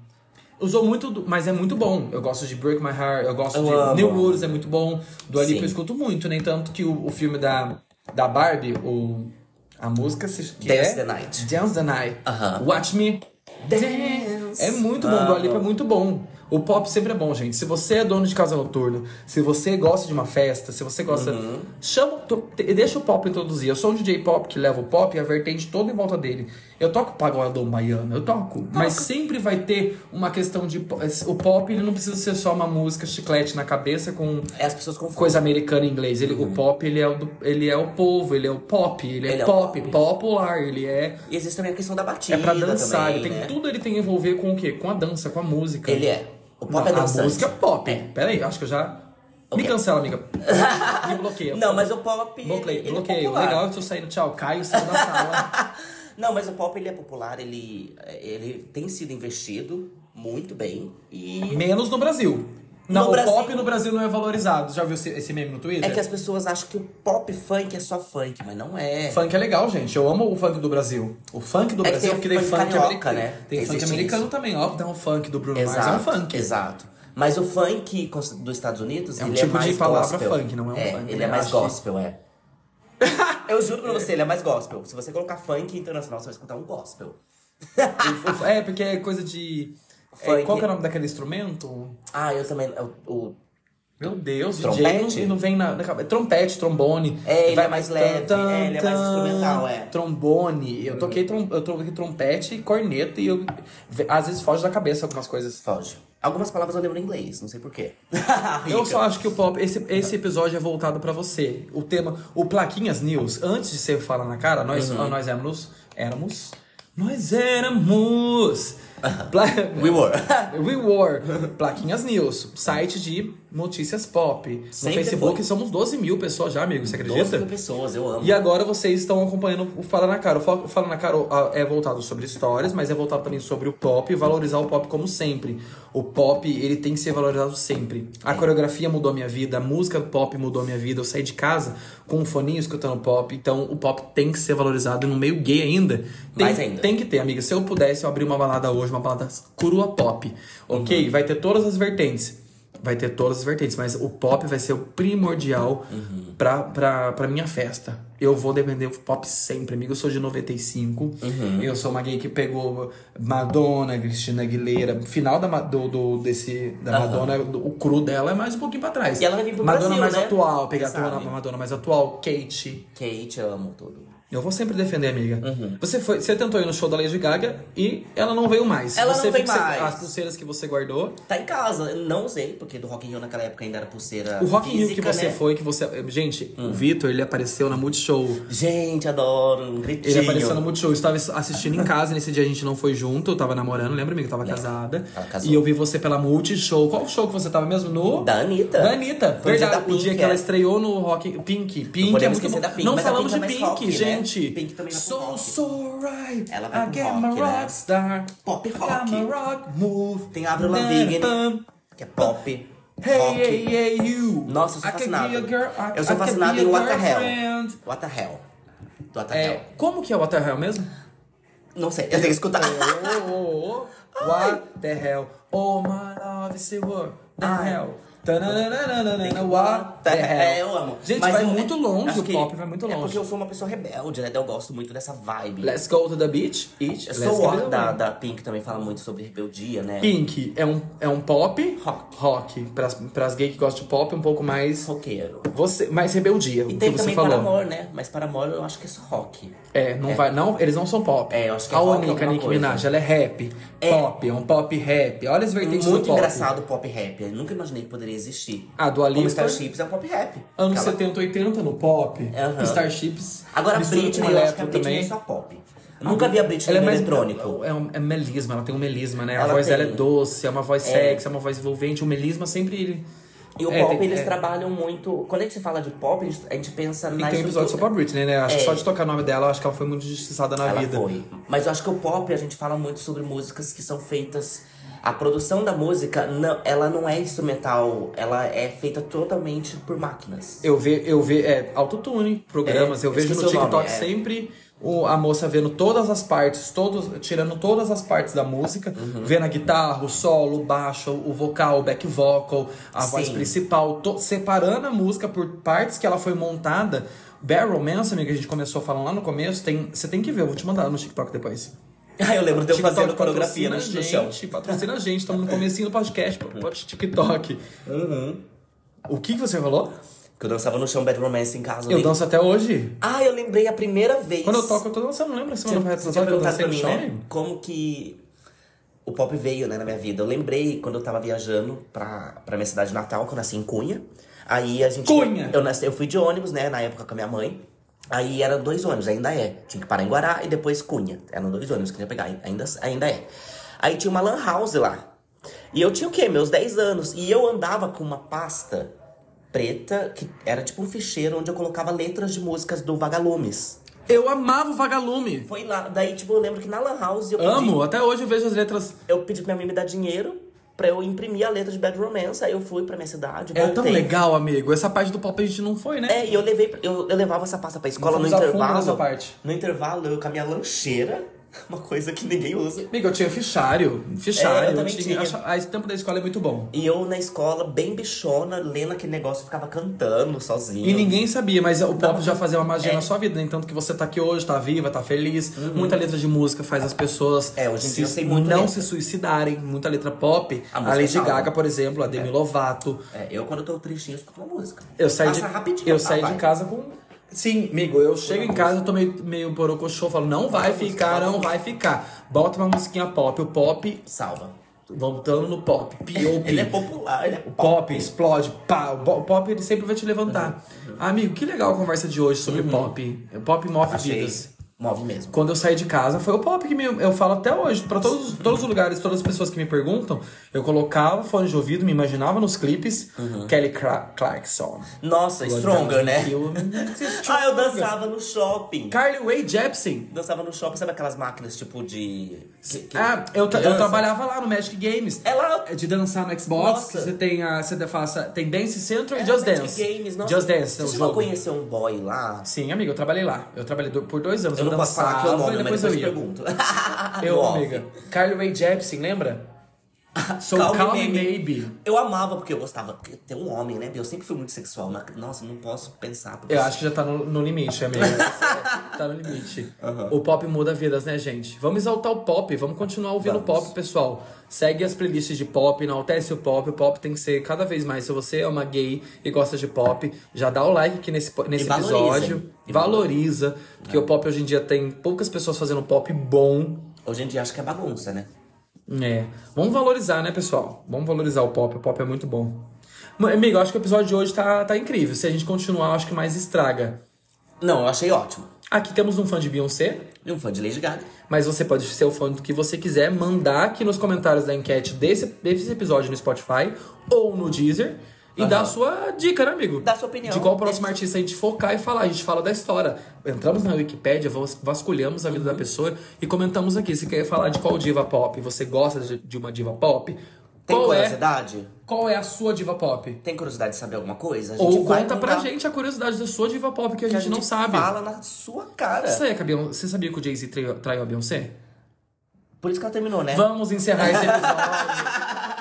S1: usou muito, do- mas é muito bom. Eu gosto de Break My Heart, eu gosto
S2: Eu
S1: de
S2: amo.
S1: New Rules, é muito bom. Do Alipa
S2: Sim.
S1: eu escuto muito, nem tanto que o, o filme da, da Barbie, o, a música se que
S2: Dance
S1: é
S2: the Night.
S1: Dance the Night.
S2: Aham.
S1: Watch Me
S2: Dance.
S1: É muito bom,
S2: Amo.
S1: do Alipa é muito bom. O pop sempre é bom, gente. Se você é dono de casa noturna, se você gosta de uma festa, se você gosta.
S2: Uhum.
S1: Chama, to- te- deixa o pop introduzir. Eu sou um DJ pop que leva o pop e a vertente toda em volta dele. Eu toco pagodão baiano, eu toco. Mas sempre vai ter uma questão de. po- O pop ele não precisa ser só uma música chiclete na cabeça com
S2: É, as pessoas confundem.
S1: coisa americana em inglês. Ele, O pop ele é o, do- ele é o povo, ele é o pop, ele,
S2: Uhum. Ele é
S1: é
S2: o
S1: pop,
S2: pop.
S1: popular, ele é.
S2: E existe também a questão da batida.
S1: É pra dançar,
S2: também,
S1: ele tem
S2: né?
S1: tudo ele tem a envolver com o quê? Com a dança, com a música.
S2: Ele é. O pop
S1: Não,
S2: é
S1: a
S2: dançante.
S1: música é pop. Pera aí, acho que eu já Me cancela, amiga. Me bloqueia.
S2: Não, mas o pop.
S1: Bloqueio,
S2: ele, ele é
S1: bloqueio.
S2: popular.
S1: Legal que tô saindo. Tchau, Caio, saiu da sala.
S2: Não, mas o pop ele é popular, ele, ele tem sido investido muito bem. E
S1: Menos no Brasil. Não,
S2: No
S1: o
S2: Brasil-
S1: pop no Brasil não é valorizado. Já viu esse, esse meme no Twitter?
S2: é que as pessoas acham que o pop funk é só funk, mas não é.
S1: Funk é legal, gente. Eu amo o funk do Brasil. O funk do
S2: É que
S1: Brasil,
S2: tem o
S1: porque tem
S2: funk
S1: funk
S2: carioca,
S1: americano.
S2: né?
S1: Tem funk
S2: Existe
S1: americano
S2: isso.
S1: também, ó. Tem um funk do Bruno
S2: exato,
S1: Mars, é um funk.
S2: Exato. Mas o funk cons- dos Estados Unidos
S1: É um
S2: ele
S1: tipo
S2: é
S1: de
S2: mais
S1: palavra
S2: gospel.
S1: funk, não é um funk,
S2: Ele
S1: né?
S2: é mais
S1: Eu acho que-
S2: gospel, é. Eu juro pra você, ele é mais gospel. Se você colocar funk internacional, você vai escutar um gospel.
S1: O- o- É, porque é coisa de. é,
S2: Funk.
S1: qual que é o nome daquele instrumento?
S2: Ah, eu também. eu- o-
S1: Meu Deus,
S2: Trompete?
S1: DJ não, não vem na, na cabeça. Trompete, trombone.
S2: É, ele
S1: Vai
S2: é mais leve, é, ele é mais instrumental, é. Uhum.
S1: Trombone. Eu toquei, trom, eu toquei trompete e corneta e eu, ve- às vezes foge da cabeça algumas coisas.
S2: Foge. Algumas palavras eu lembro em inglês, não sei porquê.
S1: Eu só acho que o pop, esse, esse episódio é voltado pra você. O tema, o Plaquinhas News, antes de ser Fala na Cara, nós,
S2: Uhum.
S1: nós éramos, éramos, nós éramos. Pla-
S2: We were.
S1: We War, Plaquinhas News, site de notícias pop.
S2: Sempre
S1: no Facebook
S2: foi.
S1: somos 12 mil pessoas já, amigo, você acredita?
S2: 12 mil pessoas, eu amo.
S1: E agora vocês estão acompanhando o Fala na Cara. O Fo- o Fala na Cara ó, é voltado sobre histórias, mas é voltado também sobre o pop e valorizar o pop como sempre. O pop, ele tem que ser valorizado sempre.
S2: É.
S1: A coreografia mudou a minha vida, a música pop mudou a minha vida. Eu saí de casa com um foninho escutando pop, então o pop tem que ser valorizado e no meio gay ainda. Tem,
S2: Mais ainda.
S1: Tem que ter, amiga. Se eu pudesse, eu abrir uma balada hoje, uma balada curua pop, ok?
S2: Uhum.
S1: Vai ter todas as vertentes. Vai ter todas as vertentes, mas o pop vai ser o primordial
S2: Uhum.
S1: pra, pra, pra minha festa. Eu vou depender do pop sempre, amigo. Eu sou de 95.
S2: Uhum.
S1: Eu sou uma gay que pegou Madonna, Cristina Aguilera. Final da, Ma- do, do- desse, da
S2: Aham.
S1: Madonna, do- o cru dela é mais um pouquinho pra trás.
S2: E ela vai vir pro
S1: Madonna
S2: Brasil,
S1: mais
S2: né?
S1: atual, pegar
S2: Sabe.
S1: a Madonna mais atual, Kate.
S2: Kate, eu amo tudo.
S1: Eu vou sempre defender, amiga.
S2: Uhum.
S1: Você foi, você tentou ir no show da Lady Gaga e ela não veio mais.
S2: Ela
S1: você
S2: não veio
S1: fixa-
S2: mais.
S1: As pulseiras que você guardou.
S2: Tá em casa, eu não usei, porque do Rock in Rio naquela época ainda era pulseira
S1: O Rock in Rio que
S2: física,
S1: você
S2: né? Hum.
S1: foi, que você. Gente, o Vitor, ele apareceu na Multishow.
S2: Gente, adoro, um
S1: Ele
S2: gritinho.
S1: apareceu na Multishow. Eu estava assistindo em casa, nesse dia a gente não foi junto, eu tava namorando, lembra, amigo? Eu tava casada.
S2: Ela casou.
S1: E eu vi você pela Multishow. Qual show que você tava mesmo? No.
S2: Da Anitta.
S1: Da Anitta,
S2: Foi o dia
S1: verdade.
S2: da
S1: o dia
S2: Pink,
S1: que ela
S2: é.
S1: estreou no Rock. Pink. Pink é
S2: podemos
S1: muito
S2: esquecer
S1: bom.
S2: da Pink,
S1: não
S2: mas a
S1: falamos
S2: Pink é
S1: de Pink,
S2: mais rock, né?
S1: gente.
S2: Pink também vai pro
S1: so
S2: rock.
S1: so right.
S2: Ela vai
S1: I
S2: pro
S1: get my
S2: rock, né?
S1: rockstar.
S2: Pop
S1: I got
S2: rock.
S1: my rock move.
S2: Tem Avril Lavigne,
S1: Pam,
S2: que é pop,
S1: Hey,
S2: rock.
S1: hey, hey, you.
S2: Nossa, eu sou
S1: I could be
S2: fascinado.
S1: a girl, I-
S2: eu sou
S1: I could
S2: fascinado
S1: be a
S2: em What the Hell.
S1: girlfriend.
S2: What the Hell. Do What the
S1: É,
S2: Hell.
S1: como que é o What the Hell mesmo?
S2: Não sei, eu tenho que escutar.
S1: oh, oh, oh. What the hell? Oh my love, it's the world. The
S2: Ai.
S1: hell. Tananana, what the
S2: É,
S1: hell?
S2: eu amo.
S1: Gente,
S2: Mas
S1: vai
S2: eu-
S1: muito
S2: é-
S1: longe,
S2: acho
S1: o
S2: que-
S1: pop vai muito
S2: É porque
S1: longe.
S2: eu sou uma pessoa rebelde, né? Eu gosto muito dessa vibe.
S1: Let's go to the beach, eat.
S2: eu
S1: let's
S2: sou
S1: get
S2: o
S1: it é
S2: da,
S1: on.
S2: da Pink também fala muito sobre rebeldia, né?
S1: Pink é um, é um pop
S2: Rock.
S1: rock. Pras, pras gays que gostam de pop, um pouco mais.
S2: Roqueiro.
S1: Você, mais rebeldia,
S2: E
S1: o que
S2: tem
S1: você
S2: também
S1: falou.
S2: Paramore, né? Mas Paramore eu acho que é só rock.
S1: É, não vai. Não, eles não são pop.
S2: É, eu acho que é
S1: A
S2: rock
S1: única
S2: alguma
S1: Nicki
S2: coisa.
S1: Minaj, ela é rap.
S2: É.
S1: Pop, é um pop rap. Olha as vertentes do
S2: Muito
S1: pop.
S2: engraçado o pop rap. Eu nunca imaginei que poderia existir.
S1: A Dua
S2: Como
S1: Lipa-
S2: Starships é um pop rap.
S1: Anos
S2: Aquela-
S1: 70, 80 no pop.
S2: Aham.
S1: Starships.
S2: Agora a
S1: mistura com
S2: Britney, eu acho que a
S1: eletro
S2: Britney é só pop. Eu nunca vi a Britney
S1: Ela é
S2: no
S1: mais
S2: eletrônico.
S1: É, um, é melisma, ela tem um melisma, né? a
S2: Ela
S1: voz
S2: tem.
S1: dela é doce, é uma voz sexy, é uma voz envolvente. O melisma sempre ele.
S2: E o
S1: É,
S2: pop,
S1: tem-
S2: eles
S1: é.
S2: trabalham muito. Quando a gente fala de pop, a gente, a gente pensa
S1: E
S2: na
S1: tem um episódio só pra
S2: estrutura.
S1: Britney, né? Acho que
S2: É.
S1: só de tocar o nome dela, acho que ela foi muito injustiçada na
S2: Ela
S1: vida.
S2: foi. Mas eu acho que o pop, a gente fala muito sobre músicas que são feitas. A produção da música, não, ela não é instrumental, ela é feita totalmente por máquinas.
S1: Eu vejo, eu ve, é, autotune, programas.
S2: É,
S1: eu vejo no
S2: esqueci o
S1: TikTok
S2: nome, é.
S1: sempre o- a moça vendo todas as partes, todos, tirando todas as partes da música,
S2: Uhum.
S1: vendo a guitarra, o solo, o baixo, o vocal, o back vocal, a voz
S2: Sim.
S1: principal, to- separando a música por partes que ela foi montada. Barrel Manson, que a gente começou falando lá no começo, tem, você tem que ver, eu vou te mandar no TikTok depois.
S2: Ah, eu lembro de eu
S1: TikTok
S2: fazendo coreografia no,
S1: patrocina
S2: no
S1: a
S2: chão.
S1: gente, Patrocina a gente, estamos no comecinho do podcast, pô, pô, TikTok.
S2: Uhum.
S1: O que, que você falou?
S2: Que eu dançava no chão Bad Romance em casa.
S1: Eu
S2: nem-
S1: danço até hoje.
S2: Ah, eu lembrei a primeira vez.
S1: Quando eu toco, eu tô dançando. Não lembra a semana
S2: Você
S1: passada
S2: tinha
S1: que eu
S2: perguntado
S1: dancei
S2: pra
S1: no
S2: mim,
S1: show?
S2: né? Como que o pop veio, né, na minha vida. Eu lembrei quando eu tava viajando pra, pra minha cidade natal, que eu nasci em Cunha. Aí a gente...
S1: Cunha!
S2: Eu, nasci, eu fui de ônibus, né, na época com a minha mãe. Aí eram dois ônibus, ainda é. Tinha que parar em Guará e depois Cunha. Eram dois ônibus que tinha que pegar, ainda, ainda é. Aí tinha uma lan house lá. E eu tinha o quê? Meus 10 anos. E eu andava com uma pasta preta, que era tipo um ficheiro onde eu colocava letras de músicas do Vagalumes.
S1: Eu amava o Vagalume.
S2: Foi lá, daí, tipo, eu lembro que na Lan House eu
S1: Amo,
S2: pedi,
S1: até hoje eu vejo as letras.
S2: eu pedi pra minha mãe me dar dinheiro pra eu imprimir a letra de Bad Romance. Aí eu fui pra minha cidade,
S1: É tão
S2: voltei.
S1: legal, amigo. Essa parte do pop a gente não foi, né?
S2: É, e eu levei, pra- eu, eu levava essa pasta pra escola no
S1: fomos a fundo
S2: intervalo.
S1: nessa parte.
S2: No intervalo, eu com a minha lancheira, uma coisa que ninguém usa.
S1: Amigo, eu tinha fichário. Fichário.
S2: É, eu também tinha.
S1: acho- ah, esse tempo da escola é muito bom.
S2: E eu na escola, bem bichona, lendo aquele negócio, eu ficava cantando sozinho.
S1: E ninguém sabia, mas o pop já fazia uma magia
S2: É. Uhum.
S1: na sua vida. né? Tanto que você tá aqui hoje, tá viva, tá feliz. Muita letra de música faz as pessoas
S2: É, hoje em
S1: se-
S2: dia eu sei muito
S1: não
S2: letra.
S1: se suicidarem. Muita letra pop.
S2: A
S1: A,
S2: música
S1: Lady
S2: salva.
S1: Gaga, por exemplo, a Demi Lovato.
S2: É, eu quando eu tô tristinho, eu escuto uma música.
S1: Eu saí,
S2: Passa
S1: de,
S2: rapidinho.
S1: eu
S2: Ah,
S1: saí
S2: vai.
S1: de casa com. Sim, amigo, eu chego em casa, eu tô meio, meio borocochô, falo, não vai ficar, não vai ficar. Bota uma musiquinha pop. O pop,
S2: Salva.
S1: voltando no pop, P.O.P.
S2: Ele é popular, ele é
S1: O pop explode, pá, o bo- o pop ele sempre vai te levantar.
S2: Uhum.
S1: Amigo, que legal a conversa de hoje sobre pop. O Pop move
S2: Achei.
S1: vidas.
S2: Move mesmo.
S1: Quando eu saí de casa, foi o pop que me, eu falo até hoje, pra todos, todos os lugares, todas as pessoas que me perguntam, eu colocava fone de ouvido, me imaginava nos clipes, Kelly Cra- Clarkson.
S2: Nossa, Uhum. Stronger, né?
S1: Eu-
S2: Ah, eu dançava no shopping.
S1: Carly Rae Jepsen.
S2: Dançava no shopping, sabe aquelas máquinas tipo de. que- que-
S1: Ah, eu,
S2: que
S1: tra- eu
S2: dança?
S1: trabalhava lá no Magic Games.
S2: Ela.
S1: É de dançar no Xbox,
S2: Nossa. É,
S1: que você tem a você faça, tem Dance Central e Just
S2: Magic
S1: Dance.
S2: Games, nossa.
S1: Just Dance é o
S2: Você chegou a
S1: jogo.
S2: conhecer um boy lá?
S1: Sim, amigo, eu trabalhei lá. Eu trabalhei do- por dois anos.
S2: Eu não posso falar
S1: dançava
S2: que é o nome,
S1: e
S2: mas
S1: depois
S2: depois
S1: eu ia. Ah,
S2: pergunto.
S1: Eu,
S2: No off.
S1: amiga. Carly Rae Jepsen, lembra? Sou
S2: Calm Me
S1: Calm Me
S2: Baby.
S1: Baby.
S2: Eu amava porque eu gostava. Porque tem um homem, né? Eu sempre fui muito sexual. mas, Nossa, não posso pensar. porque-
S1: Eu acho que já tá no, no limite, amiga. tá no limite. O pop muda vidas, né, gente? Vamos exaltar o pop, vamos continuar ouvindo o
S2: Vamos.
S1: pop, pessoal. Segue as playlists de pop, enaltece o pop. O pop tem que ser cada vez mais. Se você é uma gay e gosta de pop, já dá o like aqui nesse, po- nesse
S2: E valoriza,
S1: episódio.
S2: hein? É. E
S1: Valoriza. Porque o pop hoje em dia tem poucas pessoas fazendo pop bom.
S2: Hoje em dia acho que é bagunça, né?
S1: É. Vamos valorizar, né, pessoal? Vamos valorizar o pop. O pop é muito bom. Ma- Amigo, eu acho que o episódio de hoje tá, tá incrível. Se a gente continuar, eu acho que mais estraga.
S2: Não, eu achei ótimo.
S1: Aqui temos um fã de Beyoncé,
S2: E um fã de Lady Gaga.
S1: mas você pode ser o fã do que você quiser, mandar aqui nos comentários da enquete desse, desse episódio no Spotify ou no Deezer. E
S2: Aham.
S1: dar a sua dica, né, amigo?
S2: Dá a sua opinião.
S1: De qual próximo artista a gente focar e falar. A gente fala da história. Entramos na Wikipédia, vas- vasculhamos a vida
S2: Uhum.
S1: da pessoa e comentamos aqui. Se quer falar de qual diva pop, você gosta de de uma diva pop?
S2: Tem né?
S1: qual é
S2: curiosidade?
S1: qual é a sua diva pop?
S2: Tem curiosidade de saber alguma coisa? A gente
S1: Ou
S2: vai
S1: conta pra
S2: contar
S1: gente a curiosidade da sua diva pop que a,
S2: que
S1: gente, não sabe.
S2: Fala na sua cara.
S1: Você sabia que a Beyon- você sabia que o Jay-Z traiu, traiu a Beyoncé?
S2: Por isso que ela terminou, né?
S1: Vamos encerrar esse episódio.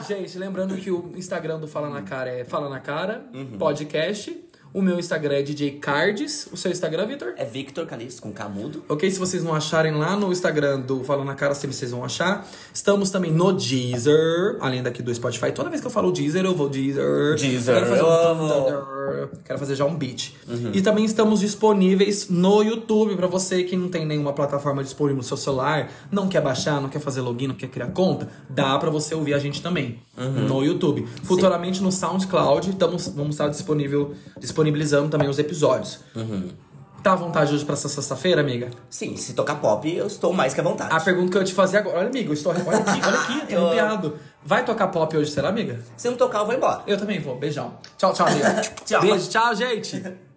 S1: gente, lembrando que o Instagram do Fala na Cara é Fala na Cara, podcast. O meu Instagram é DJ Cards. O seu Instagram, Vitor?
S2: É Victor Calixto com Camudo.
S1: Ok, se vocês não acharem lá no Instagram do Fala na Cara, sempre vocês vão achar. Estamos também no Deezer, além daqui do Spotify. Toda vez que eu falo Deezer, eu vou Deezer.
S2: Deezer,
S1: quero fazer,
S2: eu
S1: um-
S2: amo. Uhum.
S1: quero fazer já um beat. E também estamos disponíveis no YouTube pra você que não tem nenhuma plataforma disponível no seu celular, não quer baixar, não quer fazer login, não quer criar conta, dá pra você ouvir a gente também
S2: Uhum.
S1: no YouTube. Futuramente no SoundCloud, tamos, vamos estar disponível, disponibilizando também os episódios.
S2: Uhum.
S1: Tá à vontade hoje pra essa sexta-feira, amiga?
S2: Sim, se tocar pop, eu estou mais que à vontade.
S1: A pergunta que eu ia te fazer agora. Olha, amigo, eu estou. Olha aqui, olha aqui, tô
S2: Eu-
S1: arrepiado. Vai tocar pop hoje, será, amiga?
S2: Se não tocar, eu vou embora.
S1: Eu também vou. Beijão. Tchau, tchau, amiga.
S2: Tchau.
S1: Beijo, tchau, gente.